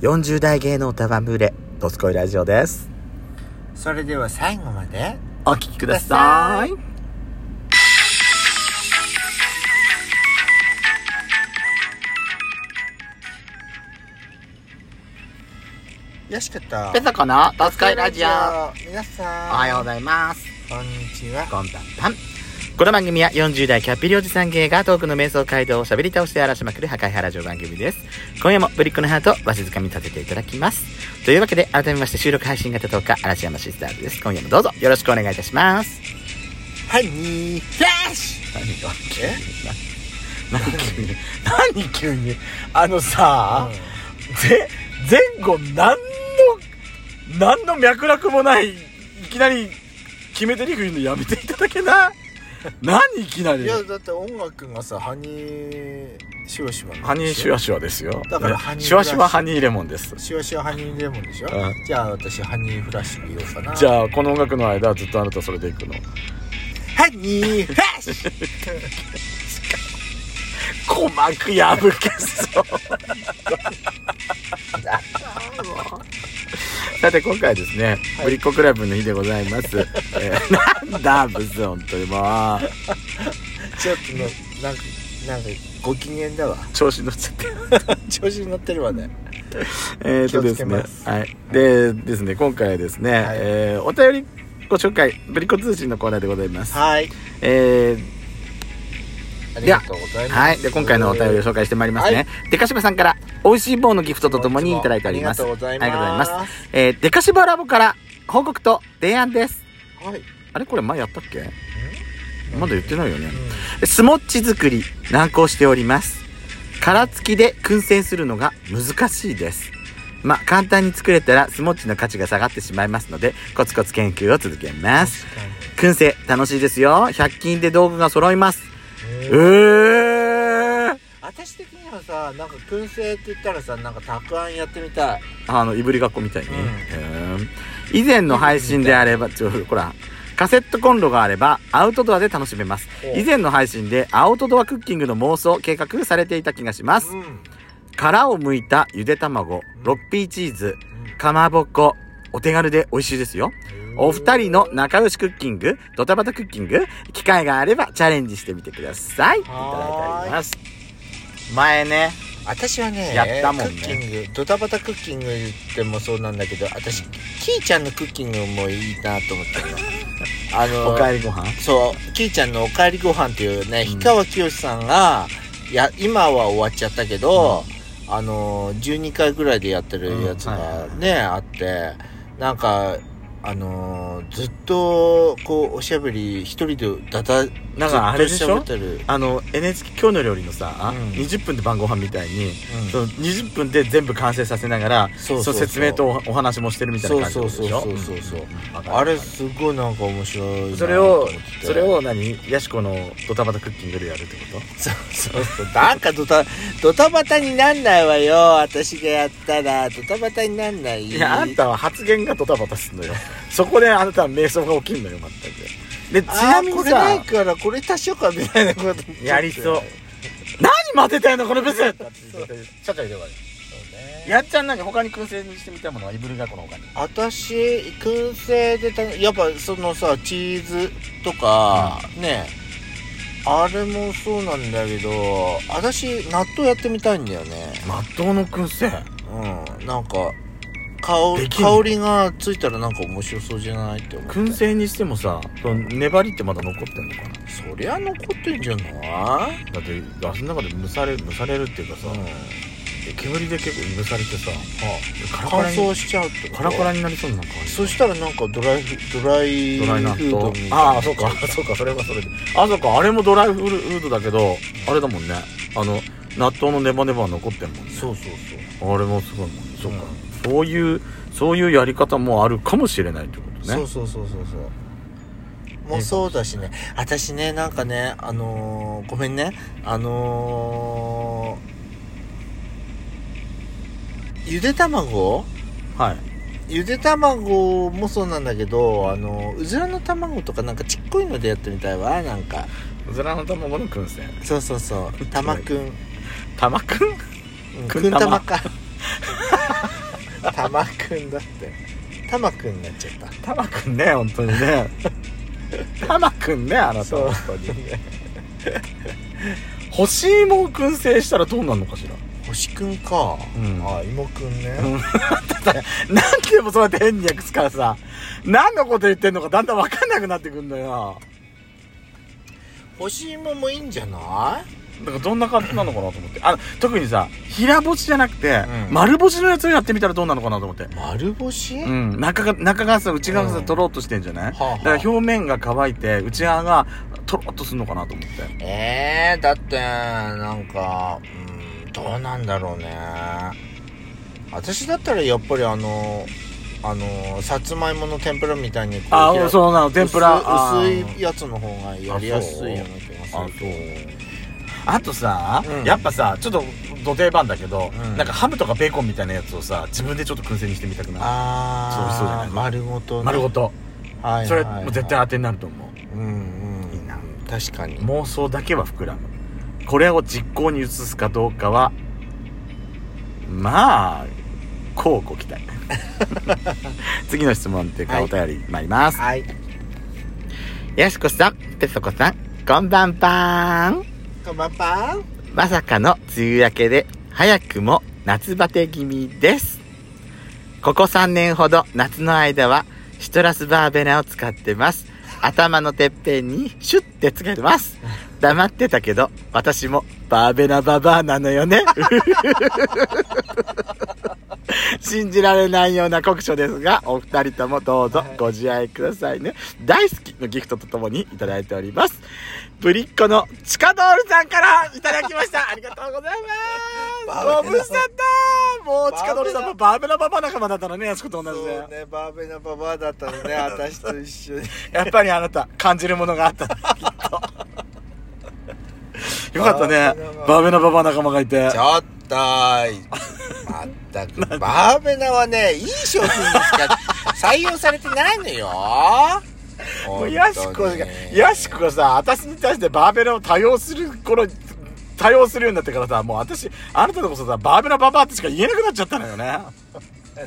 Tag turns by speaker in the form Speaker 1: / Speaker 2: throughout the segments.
Speaker 1: 40代芸能歌は群れ、ドスコイラジオです。
Speaker 2: それでは最後まで
Speaker 1: お聞きください。
Speaker 2: よしこと
Speaker 1: ペソコのドスコイラジオ。
Speaker 2: 皆さん
Speaker 1: おはようございます。
Speaker 2: こんにちは
Speaker 1: こんばんは。この番組は40代キャッピリおじさん芸がトークの瞑想街道を喋り倒して荒らしまくる破壊原城番組です。今夜もブリックのハートをわしづかみさせていただきます。というわけで、改めまして収録配信型10日、嵐山シスターズです。今夜もどうぞよろしくお願いいたします。
Speaker 2: ハニーフラッシュ
Speaker 1: 何が
Speaker 2: え
Speaker 1: 何急に
Speaker 3: 何急にあのさ、
Speaker 2: うん
Speaker 3: ぜ前後何の何の脈絡もないいきなり決めてリフ言うのやめていただけ ない何いきないり
Speaker 2: やだって音楽がさハニーシュワシュワな
Speaker 3: ハ
Speaker 2: ん
Speaker 3: ニー
Speaker 2: でし
Speaker 3: シ
Speaker 2: ょ
Speaker 3: ュワシュワですよ
Speaker 2: だから
Speaker 3: ね
Speaker 2: ハニー
Speaker 3: シュワシュワハニーレモンです
Speaker 2: シュワシュワハニーレモンでしょ、
Speaker 3: うん
Speaker 2: じゃあ私ハニーフラッシュで言おうかな
Speaker 3: じ
Speaker 2: あ
Speaker 3: ゃあこの音楽の間ずっとあなたそれでいくの
Speaker 2: ハニーフラッシュ
Speaker 3: 鼓膜破けそう
Speaker 1: さて今回はですね、
Speaker 2: はい
Speaker 1: ぶりっ子クラブの日でございます。えーなんだ、ブス、本当にもう。
Speaker 2: ちょっとのなんかなんかご機嫌 だわ
Speaker 1: 調子に乗っちゃって。
Speaker 2: 調子に乗ってるわね
Speaker 1: えーっとです
Speaker 2: 気を
Speaker 1: ね
Speaker 2: つけます
Speaker 1: はいでですね今回はですね、
Speaker 2: はい
Speaker 1: えーお便りご紹介ぶりっ子通信のコーナーでございます
Speaker 2: はい
Speaker 1: えー
Speaker 2: ありがとうございます
Speaker 1: はいで今回のお便りを紹介してまいりますね、
Speaker 2: は
Speaker 1: でかしばさんから美味しい棒のギフトとともにいただいております
Speaker 2: ありがとうございま
Speaker 1: あ
Speaker 2: す
Speaker 1: りがとうございます、えー、でかしばラボから報告と提案です
Speaker 2: はい
Speaker 1: あれこれ前やったっけ
Speaker 2: ん
Speaker 1: まだ言ってないよね
Speaker 2: うん
Speaker 1: スモッチ作り難航しております殻付きで燻製するのが難しいですまあ簡単に作れたらスモッチの価値が下がってしまいますのでコツコツ研究を続けます燻製楽しいですよ100均で道具が揃いますえ
Speaker 2: うん
Speaker 1: ー、
Speaker 2: 私的にはさなんか燻製って言ったらさなんかたくあんやってみたい
Speaker 1: あのいぶりがっこみたいに、
Speaker 2: うん
Speaker 1: へー以前の配信であればちょほらカセットコンロがあればアウトドアで楽しめます
Speaker 2: お
Speaker 1: 以前の配信でアウトドアクッキングの妄想計画されていた気がします
Speaker 2: うん、
Speaker 1: 殻を剥いたゆで卵、6P チーズ、かまぼこ、お手軽で美味しいですよ。お二人の仲良しクッキング、ドタバタクッキング、機会があればチャレンジしてみてください。いただいております。前ね、
Speaker 2: 私はね
Speaker 1: やったもんね
Speaker 2: クッキングドタバタクッキング言ってもそうなんだけど私キイちゃんのクッキングもいいなと思ったのあの
Speaker 1: おかえりご飯
Speaker 2: そうキイちゃんの「おかえりご飯っていうね
Speaker 1: うん
Speaker 2: 氷川きよしさんがいや今は終わっちゃったけど、あの12回ぐらいでやってるやつが
Speaker 1: うん
Speaker 2: ね、あってなんかあのずっとこうおしゃべり一人でだだ
Speaker 1: なんかあれでし
Speaker 2: ずっと喋
Speaker 1: ょ
Speaker 2: ってる、
Speaker 1: あの、NHK 今日の料理のさ、
Speaker 2: うん
Speaker 1: 20分で晩ご飯みたいに、
Speaker 2: うん
Speaker 1: その20分で全部完成させながら、
Speaker 2: そうそう
Speaker 1: の
Speaker 2: そう
Speaker 1: 説明とおお話もしてるみたいな感じのことでしょ
Speaker 2: そうそうそうそうそう
Speaker 1: わかる
Speaker 2: あれすごいなんか面白いな
Speaker 1: それを
Speaker 2: と思ってて
Speaker 1: それを何ヤシコのドタバタクッキングでやるってこ
Speaker 2: そうそうそうなんかドタドタバタになんないわよ私がやったらドタバタになんない
Speaker 1: といやあんたは発言がドタバタすんの よそこであなたは瞑想が起きんのよ全くでち
Speaker 2: あー
Speaker 1: なみに
Speaker 2: これない
Speaker 1: さ
Speaker 2: からこれ足しようかみたいなこと
Speaker 1: やりそう何待ててんのこのブスちゃちゃ入ればいいやっちゃんなんか他に燻製にしてみたいものはイブルガコの他に
Speaker 2: 私燻製でたやっぱそのさチーズとか、ねあれもそうなんだけど私納豆やってみたいんだよね
Speaker 1: まっとうの燻製
Speaker 2: うんなんか香
Speaker 1: できんの
Speaker 2: 香りがついたらなんか面白そうじゃないって思って
Speaker 1: 燻製にしてもさその粘りってまだ残ってんのかな
Speaker 2: そりゃ残ってんじゃない
Speaker 1: だってガスの中で蒸される蒸されるっていうかさ、煙で結構蒸されてさカラカ
Speaker 2: 乾
Speaker 1: ラに
Speaker 2: 燥しちゃうってこと
Speaker 1: カラカラになりそうな感じ
Speaker 2: そしたらなんかドライフドライ
Speaker 1: ド
Speaker 2: フ
Speaker 1: ライ納
Speaker 2: ード
Speaker 1: 豆
Speaker 2: みたいな
Speaker 1: ああそうか そうかそれはそれであそうかあれもドライフルフードだけどあれだもんねあの納豆のネバネバは残ってんもんね
Speaker 2: そうそう
Speaker 1: あれもすごいもんねそうか、そういうそういうやり方もあるかもしれないってこと
Speaker 2: そう、
Speaker 1: ね
Speaker 2: そうそうそうそうそうもうそうだしね私ねなんかねあのー、ごめんねあのー、ゆで卵
Speaker 1: はい
Speaker 2: ゆで卵もそうなんだけどあのうずらの卵とかなんかちっこいのでやってみたいわなんか
Speaker 1: うずらの卵の燻製
Speaker 2: そうそうそう玉くん
Speaker 1: 玉くん
Speaker 2: うん
Speaker 1: く
Speaker 2: く
Speaker 1: ん
Speaker 2: ん
Speaker 1: 玉
Speaker 2: 玉か 玉くんだって玉くんになっちゃっ
Speaker 1: た
Speaker 2: た
Speaker 1: まくんね本当に ねたまくんねあなた
Speaker 2: そう
Speaker 1: 本当に 干し芋を燻製したらどうなるのかしら
Speaker 2: 星くんか、
Speaker 1: うん
Speaker 2: あ芋くんね、
Speaker 1: うんなんでもそうやって変に訳すからさ何のこと言ってんのかだんだん分かんなくなってくんだよ
Speaker 2: 星芋もいいんじゃな
Speaker 1: だからどんな感じなのかなと思ってあの特にさ平干しじゃなくて、
Speaker 2: うん
Speaker 1: 丸干しのやつをやってみたらどうなのかなと思って
Speaker 2: い丸星、
Speaker 1: うん、中が中がさ内側が
Speaker 2: う
Speaker 1: さ
Speaker 2: ん
Speaker 1: とろっとしてんじゃない、
Speaker 2: はあはあ
Speaker 1: だから表面が乾いて内側がとろっとするのかなと思って
Speaker 2: えー、だってなんかうんどうなんだろうね私だったらやっぱりあのあのさつまいもの天ぷらみたいにこう
Speaker 1: あ
Speaker 2: ひら
Speaker 1: あそうなの天ぷらあ
Speaker 2: 薄
Speaker 1: ー
Speaker 2: い薄いやつの方がやりやすいような気がする
Speaker 1: あとさ、
Speaker 2: うん
Speaker 1: やっぱさちょっとど定番だけど、
Speaker 2: うん
Speaker 1: なんかハムとかベーコンみたいなやつをさ自分でちょっと燻製にしてみたくないそう美味しそうじゃな
Speaker 2: あ
Speaker 1: い
Speaker 2: あ丸ごとね
Speaker 1: 丸ごと
Speaker 2: はいはいはい
Speaker 1: それもう絶対当てになると思う、
Speaker 2: うんうん
Speaker 1: いいな
Speaker 2: 確かに
Speaker 1: 妄想だけは膨らむこれを実行に移すかどうかはまあこうご期 待次の質問というか
Speaker 2: はい
Speaker 1: お便り参ります、
Speaker 2: はい
Speaker 4: やしこさん、ペソコさん、こんばんぱーん。
Speaker 2: こんばんぱん
Speaker 4: まさかの梅雨明けで、早くも夏バテ気味です。ここ3年ほど夏の間は、シトラスバーベナを使ってます。頭のてっぺんにシュッてつけてます。黙ってたけど、私もバーベナババアなのよね。 信じられないような酷暑ですが、お二人ともどうぞご自愛くださいね。大好きのギフトとともにいただいております。ぶりっ子のチカドールさんからいただきました。ありがとうございます。
Speaker 2: バ
Speaker 1: ご
Speaker 2: ーベナ
Speaker 1: 無沙汰もうチカドールさんもバーベナババア仲間だったのね、やすこと同じで。
Speaker 2: ねバーベナババアだった のね私と一緒に
Speaker 1: やっぱりあなた、感じるものがあ った。きっと。よかったね
Speaker 2: バ
Speaker 1: バ
Speaker 2: ーベナ。バ
Speaker 1: ーベナババア仲間がいて
Speaker 2: ち。ょっとまったくバーベナはねいい商品にしか採用されてないのよ
Speaker 1: もうヤシコが、ヤシコがさ、私に対してバーベナを多用する頃、多用するようになってからさ、もう私、あなたのこそさ、バーベナババアってしか言えなくなっちゃったのよね。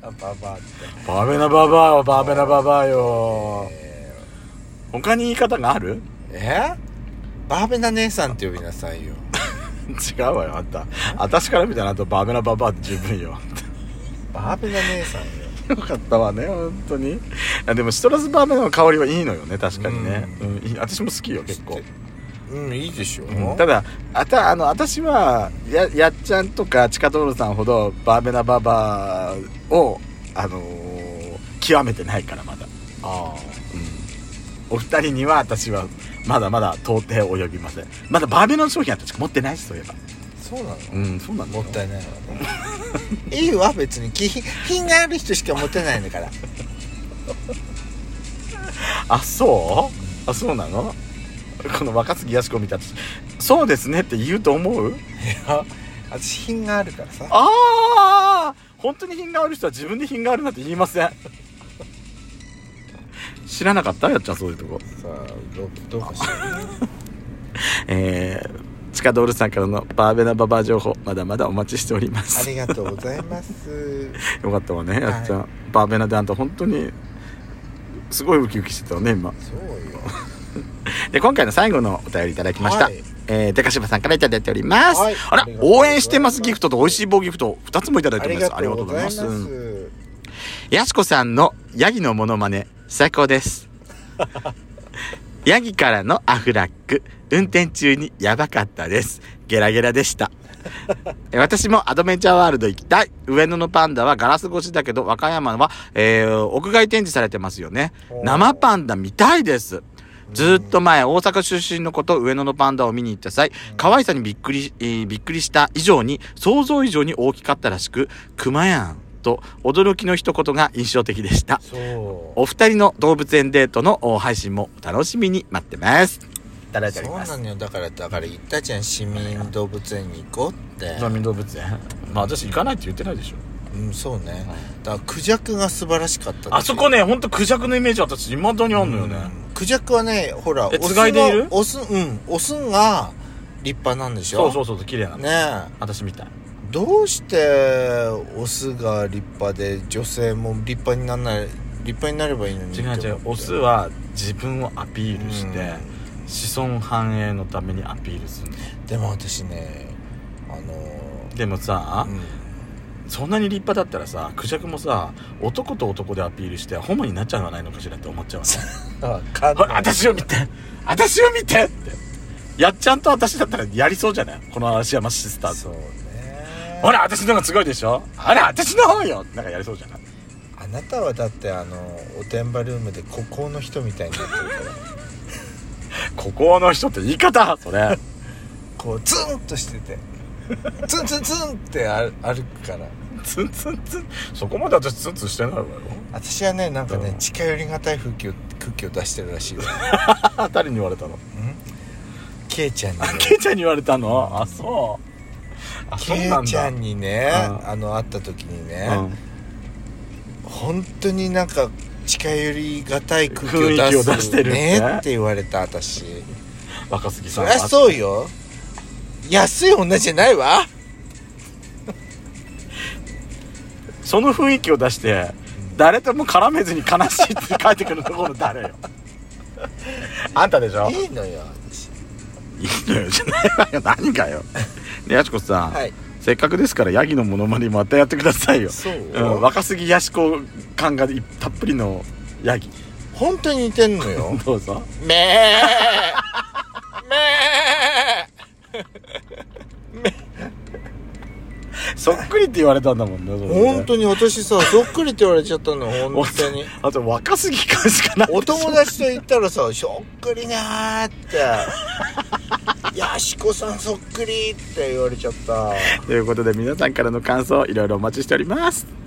Speaker 2: ババアって
Speaker 1: バーベナババアはバーベナババアよ。他に言い方がある
Speaker 2: えバーベナ姉さんって呼びなさいよ
Speaker 1: 違うわよ、あんた。私から見たらあんたバーベナババアって十分よ。
Speaker 2: バーベナ姉さん
Speaker 1: よ
Speaker 2: よ
Speaker 1: かったわね本当にあでもシトラスバーベナの香りはいいのよね確かにね、う
Speaker 2: うん
Speaker 1: いい私も好きよ結構、
Speaker 2: うんいいでしょ、
Speaker 1: うんただあたあの私はややっちゃんとかチカトールさんほどバーベナババアをあのー極めてないからまだ、
Speaker 2: あ
Speaker 1: うん、お二人には私はまだまだ到底及びませんまだバーベナの商品は私持ってないしそういえば
Speaker 2: そうなの
Speaker 1: うんそうなんだ
Speaker 2: も
Speaker 1: よ
Speaker 2: ったいないわね いいわ別に気品がある人しか持てないんだから
Speaker 1: あそうあそうなのこの若杉やしこみたいなそうですねって言うと思う
Speaker 2: 私品があるからさ
Speaker 1: ああ本当に品がある人は自分で品があるなんて言いません 知らなかったやっちゃんそういうとこ
Speaker 2: さあどどうかしら
Speaker 1: えー、チカドールさんからのバーベナババア情報まだまだお待ちしておりま
Speaker 2: あ
Speaker 1: す
Speaker 2: りがとうござい ます
Speaker 1: よかったわね
Speaker 2: い
Speaker 1: やっちゃん、バーベナであんた本当にすごいウキウキしてたわね今
Speaker 2: そうよ
Speaker 4: で、今回の最後のお便りいただきました。
Speaker 2: はい
Speaker 4: えー、デカシバさんからいただいております。
Speaker 2: はい
Speaker 4: あら
Speaker 2: ありがとうござ
Speaker 4: 応
Speaker 2: います
Speaker 4: 援してますギフトと美味しい棒ギフト2つもいただい
Speaker 2: あ
Speaker 4: てお
Speaker 2: り
Speaker 4: りま
Speaker 2: が
Speaker 4: す。あり
Speaker 2: と
Speaker 4: が
Speaker 2: う
Speaker 4: とう
Speaker 2: ご
Speaker 4: ござ
Speaker 2: ざ
Speaker 4: い
Speaker 2: い
Speaker 4: ま。
Speaker 2: ますす
Speaker 4: うんやしこさんのヤギのモノマネ、最高です。ヤギからのアフラック、運転中にやばかったです。ゲラゲラでした。え私もアドベンチャーワールド行きたい。上野のパンダはガラス越しだけど、和歌山は、えー屋外展示されてますよね
Speaker 2: お。ー
Speaker 4: 生パンダ見たいです。ずーっと前、大阪出身の子と上野のパンダを見に行った際、可愛さにびっくり、えーびっくりした以上に、想像以上に大きかったらしく、熊やん、と驚きの一言が印象的でした。
Speaker 2: そう
Speaker 4: お二人の動物園デートのお配信もお楽しみに待ってます。いただいており
Speaker 2: そう
Speaker 4: ま
Speaker 2: な
Speaker 4: す。
Speaker 2: のよだからだから言ったじゃん市民動物園に行こうって
Speaker 1: 民動物園まあ私行かないって言ってないでしょ
Speaker 2: うんそうねだからクジャクが素晴らしかった
Speaker 1: あそこね本当クジャクのイメージ私未だにあんのよね、
Speaker 2: うんクジャクはねほら
Speaker 1: え
Speaker 2: オス
Speaker 1: つがいでいる
Speaker 2: がオスうんオスが立派なんでし
Speaker 1: そ
Speaker 2: ょ
Speaker 1: うそうそうそう綺麗なの、
Speaker 2: ねえ
Speaker 1: 私みたい
Speaker 2: どどうしてオスが立派で女性も立派にならない立派になればいいのに
Speaker 1: 違う違うオス
Speaker 2: を
Speaker 1: は自分をアピールして子孫繁栄のためにアピールするの
Speaker 2: でも私ねあの
Speaker 1: でもさ、
Speaker 2: うん
Speaker 1: そんなに立派だったらさクジャクもさ男と男でアピールしてホモになっちゃわないのかしらって思っちゃうわね
Speaker 2: あかん
Speaker 1: ほ
Speaker 2: ない
Speaker 1: ら 私を見て私を見てってやっちゃんと私だったらやりそうじゃないこの嵐山シスターズ
Speaker 2: そうね
Speaker 1: ほら私の方がすごいでしょあれ私の方よなんかやりそうじゃない
Speaker 2: あなたはだってあのおてんばルームで孤高の人みたいになってる から
Speaker 1: ここの人って言い方それ
Speaker 2: こうツンとしててツンツンツンって歩歩くから
Speaker 1: ツンツンツンそこまで私ツンツンしてないわよ
Speaker 2: 私はねなんか
Speaker 1: う
Speaker 2: ね
Speaker 1: ん
Speaker 2: 近寄りがたい空気を空気を出してるらしいわ
Speaker 1: あ誰に言われたの
Speaker 2: ケイちゃんに
Speaker 1: あケイちゃんに言われたのあそうあそう
Speaker 2: ケ
Speaker 1: なんだ
Speaker 2: イちゃんにね
Speaker 1: うん
Speaker 2: あの会った時にね、
Speaker 1: うん
Speaker 2: 本当になんか近寄りがたい空気を出
Speaker 1: 雰囲気を
Speaker 2: す
Speaker 1: 出してるって
Speaker 2: ねって言われた私
Speaker 1: 若杉さ
Speaker 2: そ
Speaker 1: ん
Speaker 2: りゃそうよ安い女じゃないわ
Speaker 1: その雰囲気を出して誰とも絡めずに悲しいって書いてくるところ誰よあんたでしょ
Speaker 2: いいのよ私
Speaker 1: いいのよじゃないわよ何かよねやしこさん、
Speaker 2: はい
Speaker 1: せっかくですからヤギのモノマネまたやってくださいよ
Speaker 2: そう、
Speaker 1: ん、若杉やしこ感がたっぷりのヤギ
Speaker 2: 本当に似てんのよ
Speaker 1: どうぞ
Speaker 2: めー
Speaker 1: そっくりって言われたんだもんねそれね
Speaker 2: 本当に私さそっくりって言われちゃったの本当に
Speaker 1: あと若杉感しかない
Speaker 2: お友達と言ったらさ「そっくりな」って「やしこさんそっくり」って言われちゃった
Speaker 1: ということで皆さんからの感想いろいろお待ちしております